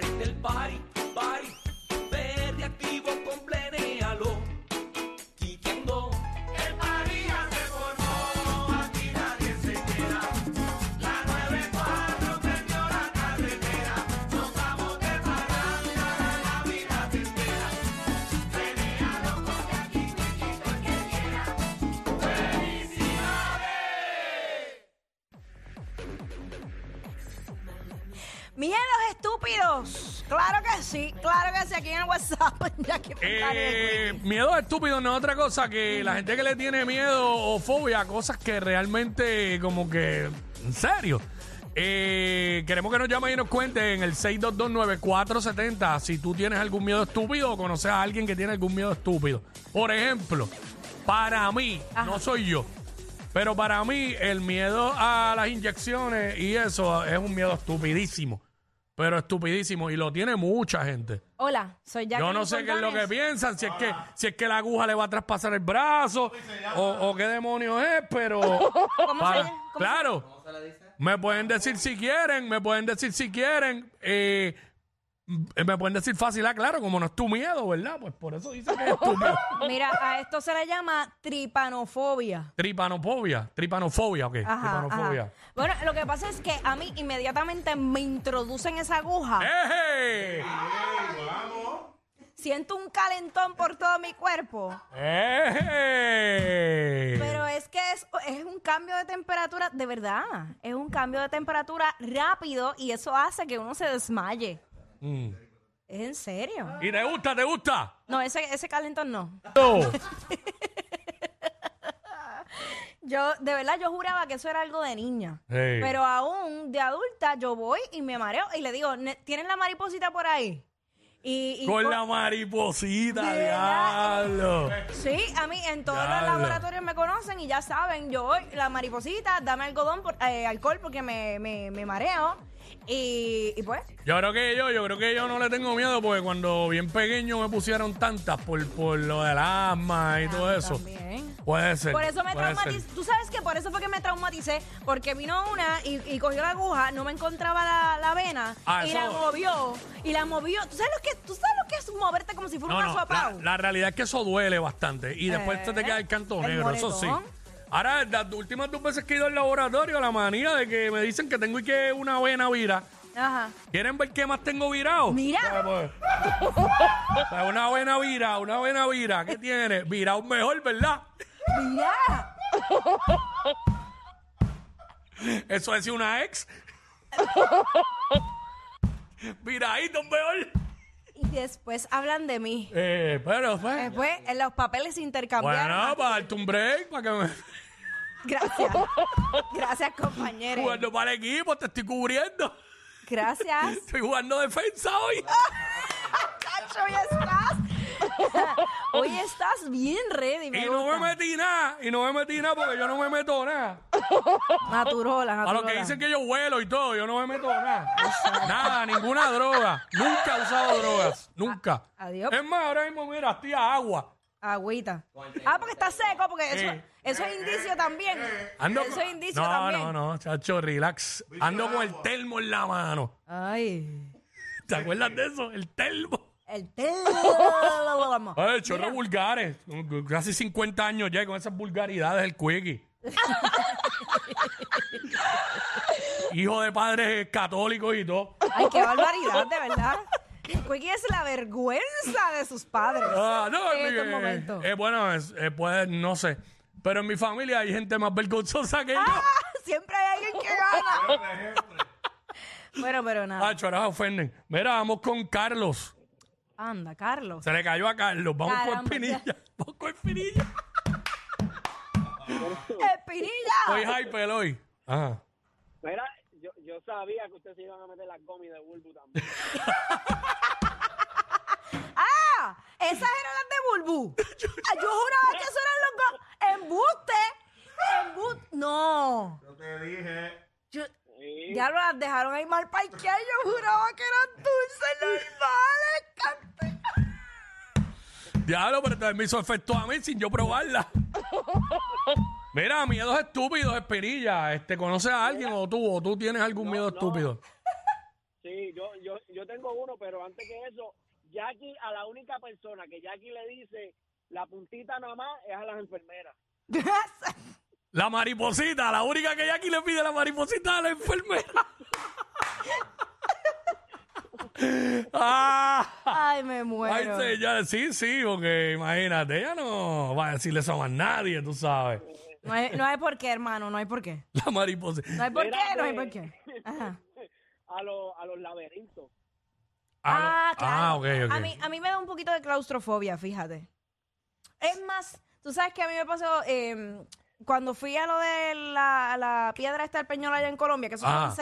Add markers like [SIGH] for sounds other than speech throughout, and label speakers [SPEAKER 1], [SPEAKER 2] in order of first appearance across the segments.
[SPEAKER 1] Este Bari, bari, verde activo con plenéalo. Quiqueando. El Bari ya se formó, aquí nadie se queda. La 94 prendió la carretera. Nos vamos de parranda, la vida te espera. Plenéalo porque aquí Quiquito el que quiera. ¡Felicidades!
[SPEAKER 2] Miren los estúpidos. Claro que sí, claro que sí. Aquí en el WhatsApp. [LAUGHS] Ya que
[SPEAKER 3] Eh, miedo estúpido no es otra cosa que la gente que le tiene miedo o fobia a cosas que realmente como que en serio. Eh, queremos que nos llamen y nos cuenten en el 6229470 si tú tienes algún miedo estúpido o conoces a alguien que tiene algún miedo estúpido. Por ejemplo, para mí, no soy yo, pero para mí el miedo a las inyecciones y eso es un miedo estupidísimo. Pero estupidísimo y lo tiene mucha gente.
[SPEAKER 2] Hola, soy Jacqueline
[SPEAKER 3] Yo no sé qué es lo que
[SPEAKER 2] Fontanes.
[SPEAKER 3] piensan, si es que, si es que la aguja le va a traspasar el brazo o, o qué demonios es,
[SPEAKER 2] [LAUGHS]
[SPEAKER 3] pero...
[SPEAKER 2] ¿Cómo se
[SPEAKER 3] para-
[SPEAKER 2] llama? ¿Cómo
[SPEAKER 3] claro. Me pueden decir si quieren, me pueden decir si quieren. eh, m- me pueden decir fácil, ah, claro, como no es tu miedo, ¿verdad? Pues por eso dicen que es
[SPEAKER 2] [LAUGHS]
[SPEAKER 3] tu miedo.
[SPEAKER 2] Mira, a esto se le llama tripanofobia.
[SPEAKER 3] Tripanofobia, tripanofobia, ok.
[SPEAKER 2] Ajá,
[SPEAKER 3] tripanofobia.
[SPEAKER 2] ajá. Bueno, lo que pasa es que a mí inmediatamente me introducen esa aguja.
[SPEAKER 3] ¿Eh? ¡Eje!
[SPEAKER 2] Siento un calentón por todo mi cuerpo.
[SPEAKER 3] ¡Eje!
[SPEAKER 2] Pero es que es, es un cambio de temperatura, de verdad. Es un cambio de temperatura rápido y eso hace que uno se desmaye.
[SPEAKER 3] Mm.
[SPEAKER 2] Es en serio.
[SPEAKER 3] ¿Y te gusta,
[SPEAKER 2] [LAUGHS]
[SPEAKER 3] te gusta?
[SPEAKER 2] No, ese, ese calentón no.
[SPEAKER 3] No.
[SPEAKER 2] Yo, de verdad, yo juraba que eso era algo de niña.
[SPEAKER 3] Hey.
[SPEAKER 2] Pero aún de adulta, yo voy y me mareo y le digo, "Ne- ¿tienen la mariposita por ahí? Y, y-
[SPEAKER 3] Con la mariposita,
[SPEAKER 2] De verdad.
[SPEAKER 3] diablo.
[SPEAKER 2] Sí, a mí en todos los
[SPEAKER 3] Diablo.
[SPEAKER 2] laboratorios me conocen y ya saben, yo voy, la mariposita, dame algodón, por- eh, alcohol porque me, me- me mareo. Y, y pues,
[SPEAKER 3] Yo creo que yo, yo creo que yo no le tengo miedo porque cuando bien pequeño me pusieron tantas por, por lo del asma y todo eso.
[SPEAKER 2] Ah, también.
[SPEAKER 3] Puede ser.
[SPEAKER 2] Por eso me
[SPEAKER 3] puede ser.
[SPEAKER 2] traumaticé. Tú sabes que por eso fue que me traumaticé, porque vino una y, y cogió la aguja, no me encontraba la, la vena
[SPEAKER 3] Ah,
[SPEAKER 2] y
[SPEAKER 3] eso-
[SPEAKER 2] la movió. Y la movió. ¿Tú sabes lo que, tú sabes lo que es moverte como si fuera
[SPEAKER 3] No,
[SPEAKER 2] un
[SPEAKER 3] no, la,
[SPEAKER 2] asopao?
[SPEAKER 3] la realidad es que eso duele bastante y después
[SPEAKER 2] Eh,
[SPEAKER 3] se te queda el canto
[SPEAKER 2] el
[SPEAKER 3] negro, eso sí.
[SPEAKER 2] moretón.
[SPEAKER 3] Ahora, las últimas dos veces que he ido al laboratorio, la manía de que me dicen que tengo y que una vena vira.
[SPEAKER 2] Ajá.
[SPEAKER 3] ¿Quieren ver qué más tengo virado?
[SPEAKER 2] Mira.
[SPEAKER 3] O sea, pues, o sea, una buena vira, una buena vira. ¿Qué tiene? Virado mejor, ¿verdad?
[SPEAKER 2] Mira.
[SPEAKER 3] Eso es una ex. Viradito mejor.
[SPEAKER 2] Y después hablan de mí.
[SPEAKER 3] Eh, pero, pues.
[SPEAKER 2] Después en los papeles se intercambiaron.
[SPEAKER 3] Bueno, para darte un break, para que me.
[SPEAKER 2] Gracias. Gracias, compañeros.
[SPEAKER 3] Jugando para el equipo, te estoy cubriendo.
[SPEAKER 2] Gracias.
[SPEAKER 3] Estoy jugando defensa hoy.
[SPEAKER 2] Chacho, hoy
[SPEAKER 3] [LAUGHS]
[SPEAKER 2] estás. Hoy estás bien ready. Me
[SPEAKER 3] Y no me
[SPEAKER 2] gusta.
[SPEAKER 3] metí nada. Y no me metí nada porque yo no me meto nada.
[SPEAKER 2] Naturola,
[SPEAKER 3] A
[SPEAKER 2] naturola.
[SPEAKER 3] los que dicen que yo vuelo y todo, yo no me meto nada. Nada, ninguna droga. Nunca he usado drogas. Nunca.
[SPEAKER 2] A- adiós.
[SPEAKER 3] Es más, ahora mismo, mira, estoy a agua.
[SPEAKER 2] Agüita. Ah, porque está seco, porque eso,
[SPEAKER 3] Sí.
[SPEAKER 2] eso es indicio también.
[SPEAKER 3] Ando
[SPEAKER 2] eso
[SPEAKER 3] con-
[SPEAKER 2] es indicio
[SPEAKER 3] no,
[SPEAKER 2] también.
[SPEAKER 3] no, no, chacho, relax. Ando con el termo en la mano.
[SPEAKER 2] Ay.
[SPEAKER 3] ¿Te acuerdas de eso? El termo.
[SPEAKER 2] El termo.
[SPEAKER 3] Ay, chorros vulgares. Casi 50 años ya y con esas vulgaridades
[SPEAKER 2] [LAUGHS]
[SPEAKER 3] del quickie. Hijo de padres católicos y todo.
[SPEAKER 2] [LAUGHS] Ay, qué barbaridad, de verdad. Quickie es la vergüenza de sus padres.
[SPEAKER 3] Ah, no,
[SPEAKER 2] En estos
[SPEAKER 3] eh,
[SPEAKER 2] momentos.
[SPEAKER 3] eh, bueno, es- eh, pues no sé. Pero en mi familia hay gente más vergonzosa que yo.
[SPEAKER 2] Ah, [LAUGHS] siempre hay alguien que gana. bueno, pero nada.
[SPEAKER 3] Ah, choras ofenden. Mira, vamos con Carlos.
[SPEAKER 2] Anda, Carlos.
[SPEAKER 3] Se le cayó a Carlos. Vamos
[SPEAKER 2] Caramba,
[SPEAKER 3] con Espinilla. [LAUGHS] Vamos con Espinilla. Soy
[SPEAKER 2] ¡Espinilla!
[SPEAKER 3] hyper hoy. Ajá.
[SPEAKER 4] Mira, yo, yo sabía que ustedes se iban a meter las gomis de Bulbu también.
[SPEAKER 2] ¡Ah! Esas eran las de Bulbú. Ah, Yo juraba que eso eran los go- embuste. Embuste. No.
[SPEAKER 5] Yo te dije.
[SPEAKER 2] Yo-
[SPEAKER 4] Sí.
[SPEAKER 2] ya lo las dejaron ahí mal parqueadas. Yo juraba que eran dulces normales. canto.
[SPEAKER 3] Diablo, pero también me hizo efecto a mí sin yo probarla. Mira, miedos estúpidos, Espinilla. Este, ¿Conoces a alguien o tú? ¿O tú tienes algún miedo estúpido?
[SPEAKER 4] Sí, yo, yo, yo tengo tengo uno, pero antes que eso, Jackie, a la única persona que Jackie le dice la puntita nada más es a las enfermeras.
[SPEAKER 3] La mariposita, la única que Jackie le pide la mariposita a la enfermera. [LAUGHS] ah,
[SPEAKER 2] [LAUGHS] Ay, me
[SPEAKER 3] ay,
[SPEAKER 2] muero.
[SPEAKER 3] señora, sí, sí, porque imagínate, ella no va a decirle eso a más nadie, tú sabes.
[SPEAKER 2] No hay, no hay por qué, hermano, no hay por qué.
[SPEAKER 3] La Ah, mariposita.
[SPEAKER 2] No hay por
[SPEAKER 4] Mira,
[SPEAKER 2] qué, no hay por
[SPEAKER 4] pues.
[SPEAKER 2] qué. Ajá.
[SPEAKER 4] A, los a los laberintos.
[SPEAKER 2] Ah,
[SPEAKER 3] Ah, no.
[SPEAKER 2] claro.
[SPEAKER 3] Ah, ok, ok.
[SPEAKER 2] A, mí, a mí me da un poquito de claustrofobia, fíjate. Es más, tú sabes que a mí me pasó eh, cuando fui a lo de la, a la piedra esta del Peñol allá en Colombia, que son
[SPEAKER 3] Ah.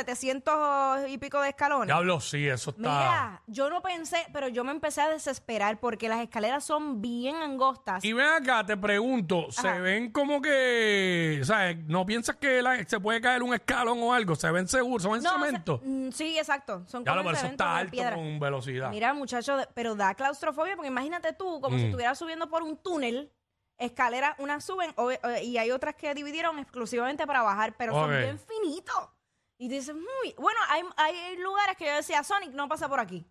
[SPEAKER 2] 700 y pico de escalones.
[SPEAKER 3] Diablo, sí, eso está.
[SPEAKER 2] Mira, yo no pensé, pero yo me empecé a desesperar porque las escaleras son bien angostas.
[SPEAKER 3] Y ven acá, te pregunto, ¿se
[SPEAKER 2] Ajá.
[SPEAKER 3] ven como que, o sea, no piensas que la- se puede caer un escalón o algo? ¿Se ven seguros? ¿Se ven
[SPEAKER 2] No, o sea,
[SPEAKER 3] cemento?
[SPEAKER 2] mm, sí, exacto. Son
[SPEAKER 3] Ya lo,
[SPEAKER 2] como
[SPEAKER 3] pero
[SPEAKER 2] el
[SPEAKER 3] eso
[SPEAKER 2] cemento,
[SPEAKER 3] está
[SPEAKER 2] una
[SPEAKER 3] alto
[SPEAKER 2] piedra.
[SPEAKER 3] con velocidad.
[SPEAKER 2] Mira, muchacho, de- pero da claustrofobia porque imagínate tú como si
[SPEAKER 3] Mm.
[SPEAKER 2] estuvieras subiendo por un túnel, escaleras, unas suben obvi- eh, y hay otras que dividieron exclusivamente para bajar, pero
[SPEAKER 3] Ok.
[SPEAKER 2] son bien finitos. Y dices, muy bueno, hay, hay lugares que yo decía, Sonic no pasa por aquí.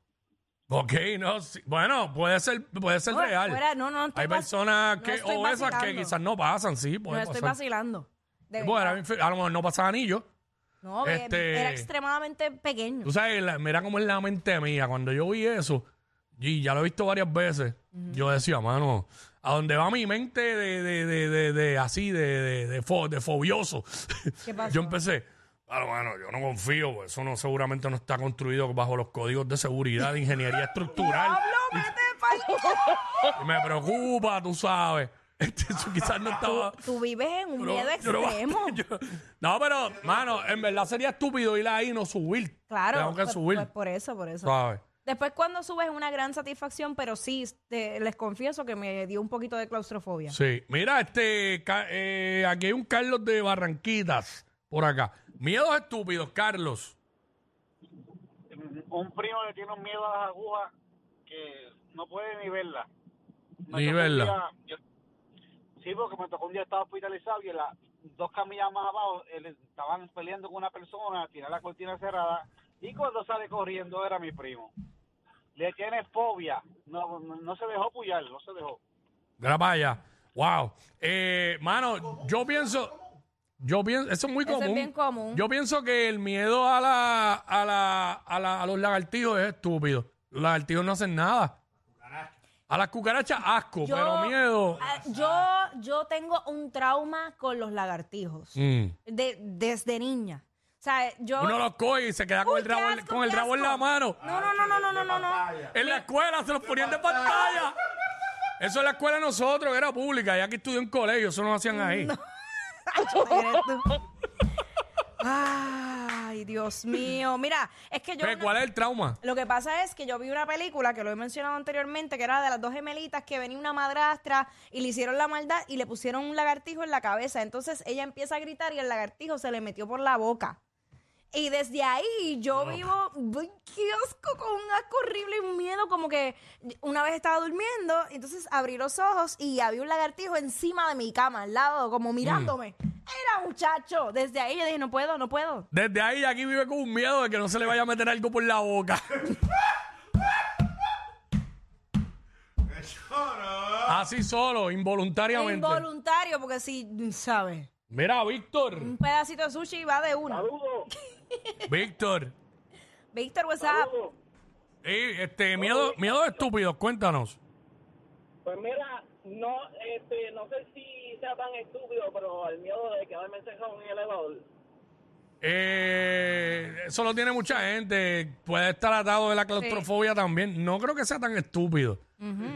[SPEAKER 3] Ok, no, sí. bueno, puede ser, puede ser
[SPEAKER 2] Fuera-
[SPEAKER 3] real.
[SPEAKER 2] fuera, no, no, estoy
[SPEAKER 3] Hay
[SPEAKER 2] vac-
[SPEAKER 3] personas
[SPEAKER 2] no
[SPEAKER 3] que,
[SPEAKER 2] estoy
[SPEAKER 3] o esas que
[SPEAKER 2] vacilando.
[SPEAKER 3] quizás no pasan, sí,
[SPEAKER 2] No
[SPEAKER 3] puede
[SPEAKER 2] estoy
[SPEAKER 3] pasar.
[SPEAKER 2] vacilando. De
[SPEAKER 3] Bueno,
[SPEAKER 2] verdad.
[SPEAKER 3] era bien fe- a lo mejor no pasaban anillos.
[SPEAKER 2] no, ve-
[SPEAKER 3] este-
[SPEAKER 2] era extremadamente pequeño.
[SPEAKER 3] Tú sabes, la- mira cómo es la mente mía. Cuando yo vi eso, y ya lo he visto varias veces, yo decía, mano, a donde va mi mente de, de, de, de, de- así, de, de, de, fo- de fobioso,
[SPEAKER 2] ¿Qué pasó?
[SPEAKER 3] [LAUGHS] yo empecé, claro, mano, yo no confío, pues, eso no seguramente no está construido bajo los códigos de seguridad, de
[SPEAKER 2] [LAUGHS]
[SPEAKER 3] ingeniería estructural.
[SPEAKER 2] ¡Pablo, vete pa'l-
[SPEAKER 3] y me preocupa, tú sabes. [LAUGHS] Este, eso quizás no estaba...
[SPEAKER 2] Tú vives en un
[SPEAKER 3] yo no-
[SPEAKER 2] miedo
[SPEAKER 3] yo no-
[SPEAKER 2] extremo.
[SPEAKER 3] [LAUGHS] yo- no, pero, mano, en verdad sería estúpido ir ahí y no subir.
[SPEAKER 2] Claro.
[SPEAKER 3] Tengo que
[SPEAKER 2] pues-
[SPEAKER 3] subir,
[SPEAKER 2] pues por eso, por eso.
[SPEAKER 3] ¿sabes?
[SPEAKER 2] Después cuando subes es una gran satisfacción, pero sí, te- les confieso que me dio un poquito de claustrofobia.
[SPEAKER 3] Sí, mira, este, ca- eh, aquí hay un Carlos de Barranquitas por acá. Miedos estúpidos, Carlos.
[SPEAKER 5] un primo le tiene un miedo a las agujas que no puede ni verla. Me
[SPEAKER 3] Ni
[SPEAKER 5] tocó un
[SPEAKER 3] verla.
[SPEAKER 5] día- yo- sí, porque me tocó un día, estaba hospitalizado y en las dos camillas más abajo él- estaban peleando con una persona, tirar la cortina cerrada y cuando sale corriendo era mi primo. Le tiene fobia, no, no, no se dejó puyar, no se dejó.
[SPEAKER 3] Mira para allá. Wow. Eh, mano, yo pienso, yo pienso, eso es muy
[SPEAKER 2] Eso es
[SPEAKER 3] común.
[SPEAKER 2] bien común.
[SPEAKER 3] Yo pienso que el miedo a la, a la, a la- a los lagartijos es estúpido. Los lagartijos no hacen nada. A las cucarachas asco, pero miedo.
[SPEAKER 2] ah, yo, yo tengo un trauma con los lagartijos
[SPEAKER 3] Mm.
[SPEAKER 2] de- desde niña. O sea, yo...
[SPEAKER 3] Uno los coge y se queda con
[SPEAKER 2] Uy,
[SPEAKER 3] el rabo,
[SPEAKER 2] qué
[SPEAKER 3] en-
[SPEAKER 2] asco,
[SPEAKER 3] con el
[SPEAKER 2] qué
[SPEAKER 3] rabo en la
[SPEAKER 2] asco. Ah,
[SPEAKER 3] mano.
[SPEAKER 2] No, no, no, no, no, no, no, no.
[SPEAKER 3] En la escuela se los ponían de pantalla. Eso en la escuela de nosotros, que era pública, ya que estudió en colegio, eso no lo hacían ahí.
[SPEAKER 2] Eres tú. Ay, Dios mío. Mira, es que yo...
[SPEAKER 3] Ve,
[SPEAKER 2] una-
[SPEAKER 3] ¿Cuál es el trauma?
[SPEAKER 2] Lo que pasa es que yo vi una película que lo he mencionado anteriormente, que era de las dos gemelitas que venía una madrastra y le hicieron la maldad y le pusieron un lagartijo en la cabeza. Entonces ella empieza a gritar y el lagartijo se le metió por la boca. Y desde ahí yo vivo, uy, qué asco, con un asco horrible y un miedo, como que una vez estaba durmiendo, entonces abrí los ojos y había un lagartijo encima de mi cama, al lado, como mirándome. Era muchacho. Desde ahí yo dije, no puedo, no puedo.
[SPEAKER 3] Desde ahí aquí vive con un miedo de que no se le vaya a meter algo por la boca. Así solo, involuntariamente.
[SPEAKER 2] Involuntario, porque si, ¿sabes?
[SPEAKER 3] Mira, Víctor.
[SPEAKER 2] [LAUGHS] Un pedacito de sushi y va de una.
[SPEAKER 4] Saludos,
[SPEAKER 3] Víctor.
[SPEAKER 2] Víctor, WhatsApp.
[SPEAKER 4] saludos.
[SPEAKER 3] Ey, este, miedo, miedo estúpidos, cuéntanos.
[SPEAKER 4] Pues mira, no, este, no sé si sea tan estúpido, pero el miedo de quedarme encerrado en el elevador.
[SPEAKER 3] Eh, eso lo tiene mucha gente. Puede estar atado de la claustrofobia también. No creo que sea tan estúpido.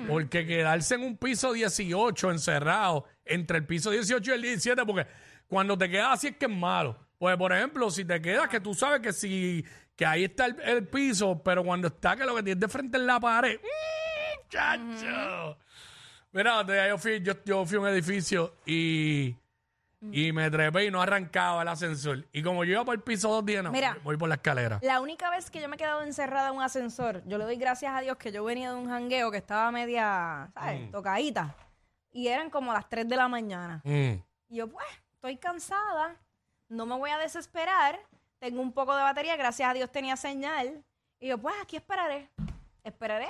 [SPEAKER 3] Porque quedarse en un piso 18 encerrado, entre el piso 18 y el 17, porque cuando te quedas así es que es malo. Pues, por ejemplo, si te quedas que tú sabes que si que ahí está el, el piso, pero cuando está que lo que tienes de frente es la pared. ¡mm, ¡Chacho! Mira, otro día yo fui, yo, yo fui a un edificio y, y me trepé y no arrancaba el ascensor. Y como yo iba por el piso dos días, no,
[SPEAKER 2] Mira.
[SPEAKER 3] voy por la escalera.
[SPEAKER 2] La única vez que yo me he quedado encerrada en un ascensor, yo le doy gracias a Dios que yo venía de un jangueo que estaba media, ¿sabes? Tocadita. Y eran como las 3 de la mañana.
[SPEAKER 3] Mm.
[SPEAKER 2] Y yo, pues, estoy cansada, no me voy a desesperar, tengo un poco de batería, gracias a Dios tenía señal. Y yo, pues aquí esperaré. Esperaré.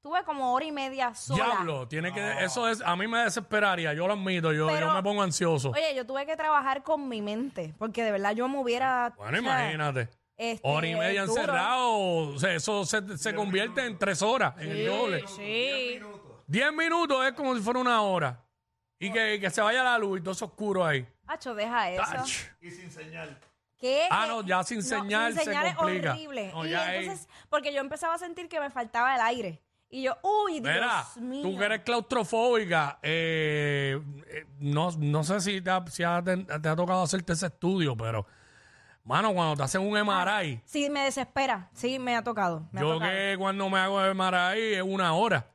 [SPEAKER 2] Tuve como hora y media sola.
[SPEAKER 3] Diablo, tiene que. Eso es. A mí me desesperaría, yo lo admito, yo,
[SPEAKER 2] Pero-
[SPEAKER 3] yo me pongo ansioso.
[SPEAKER 2] Oye, yo tuve que trabajar con mi mente, porque de verdad yo me hubiera...
[SPEAKER 3] bueno,
[SPEAKER 2] o sea,
[SPEAKER 3] imagínate.
[SPEAKER 2] este,
[SPEAKER 3] Hora y media
[SPEAKER 2] duro.
[SPEAKER 3] encerrado, o sea, eso se, se convierte en tres horas, en el doble.
[SPEAKER 2] Sí.
[SPEAKER 3] Diez minutos es como si fuera una hora. Y que, y que se vaya la luz y todo es oscuro ahí.
[SPEAKER 2] Hacho, deja eso.
[SPEAKER 3] Ach.
[SPEAKER 2] ¿Qué?
[SPEAKER 3] Ah, no, ya sin señal se complica.
[SPEAKER 2] es horrible.
[SPEAKER 3] No,
[SPEAKER 2] y
[SPEAKER 3] ya es-
[SPEAKER 2] entonces, porque yo empezaba a sentir que me faltaba el aire. Y yo, uy, Dios
[SPEAKER 3] Mira,
[SPEAKER 2] mío.
[SPEAKER 3] tú que eres claustrofóbica, eh, eh, no, no sé si, te ha, si ha- te, te ha tocado hacerte ese estudio, pero, mano, cuando te hacen un MRI,
[SPEAKER 2] Sí, me desespera. Sí, me ha tocado. Ah, Me ha
[SPEAKER 3] yo
[SPEAKER 2] tocado.
[SPEAKER 3] que cuando me hago MRI es una hora.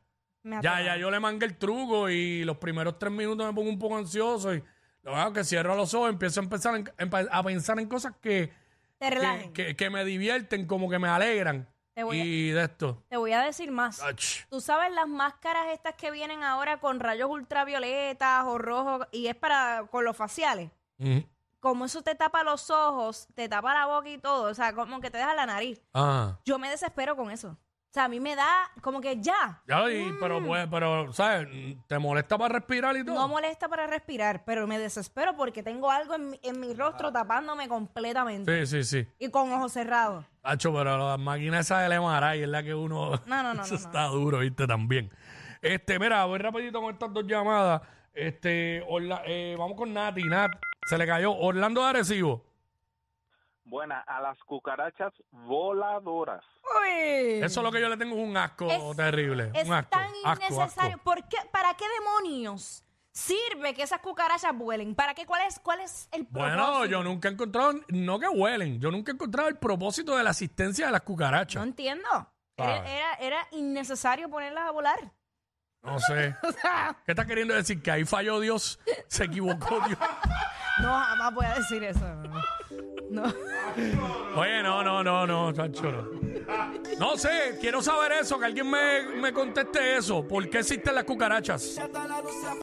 [SPEAKER 2] Me ha
[SPEAKER 3] Ya,
[SPEAKER 2] tocado.
[SPEAKER 3] ya, yo le mangué el truco y los primeros tres minutos me pongo un poco ansioso y lo que hago es que cierro los ojos, empiezo a, empezar en- empa- a pensar en cosas que,
[SPEAKER 2] Te
[SPEAKER 3] que-
[SPEAKER 2] relajen.
[SPEAKER 3] que, que me divierten, como que me alegran.
[SPEAKER 2] Te voy a-
[SPEAKER 3] Y de esto.
[SPEAKER 2] Te voy a decir más.
[SPEAKER 3] Ach.
[SPEAKER 2] Tú sabes las máscaras estas que vienen ahora con rayos ultravioletas o rojos y es para con los faciales.
[SPEAKER 3] Ujú.
[SPEAKER 2] Como eso te tapa los ojos, te tapa la boca y todo, o sea, como que te deja la nariz.
[SPEAKER 3] Ah.
[SPEAKER 2] Yo me desespero con eso. O sea, a mí me da como que ya.
[SPEAKER 3] Ya, y- pero, pues, pero, ¿sabes? ¿Te molesta para respirar y todo?
[SPEAKER 2] Mm. No molesta para respirar, pero me desespero porque tengo algo en mi, en mi rostro tapándome completamente
[SPEAKER 3] sí, sí, sí.
[SPEAKER 2] y con ojos cerrados.
[SPEAKER 3] Hacho, pero las máquinas esas del MRI es la que uno...
[SPEAKER 2] No,
[SPEAKER 3] [LAUGHS]
[SPEAKER 2] no, no,
[SPEAKER 3] Eso
[SPEAKER 2] no, no.
[SPEAKER 3] está duro, ¿viste? También. Este, mira, voy rapidito con estas dos llamadas. Este, Orla- eh, vamos con Nati. Nat, se le cayó. Orlando de Arecibo.
[SPEAKER 6] Buena, a las cucarachas voladoras.
[SPEAKER 2] Uy.
[SPEAKER 3] Eso es lo que yo le tengo un asco
[SPEAKER 2] Es-
[SPEAKER 3] terrible.
[SPEAKER 2] es
[SPEAKER 3] un asco.
[SPEAKER 2] tan
[SPEAKER 3] asco,
[SPEAKER 2] innecesario.
[SPEAKER 3] asco.
[SPEAKER 2] ¿Por qué, ¿Para qué demonios sirve que esas cucarachas vuelen? ¿Para qué? ¿Cuál es, cuál es el propósito?
[SPEAKER 3] Bueno, yo nunca he encontrado, no que huelen, yo nunca he encontrado el propósito de la asistencia de las
[SPEAKER 2] No
[SPEAKER 3] cucarachas.
[SPEAKER 2] entiendo.
[SPEAKER 3] ¿Sabes?
[SPEAKER 2] Era, era, era innecesario ponerlas a volar.
[SPEAKER 3] No sé. ¿Qué estás queriendo decir? Que ahí falló Dios. Se equivocó Dios.
[SPEAKER 2] No, jamás voy a decir eso. no. No.
[SPEAKER 3] Oye, no, no, no, no, chacho, no. No sé, quiero saber eso, que alguien me, me conteste eso. ¿Por qué existen las cucarachas?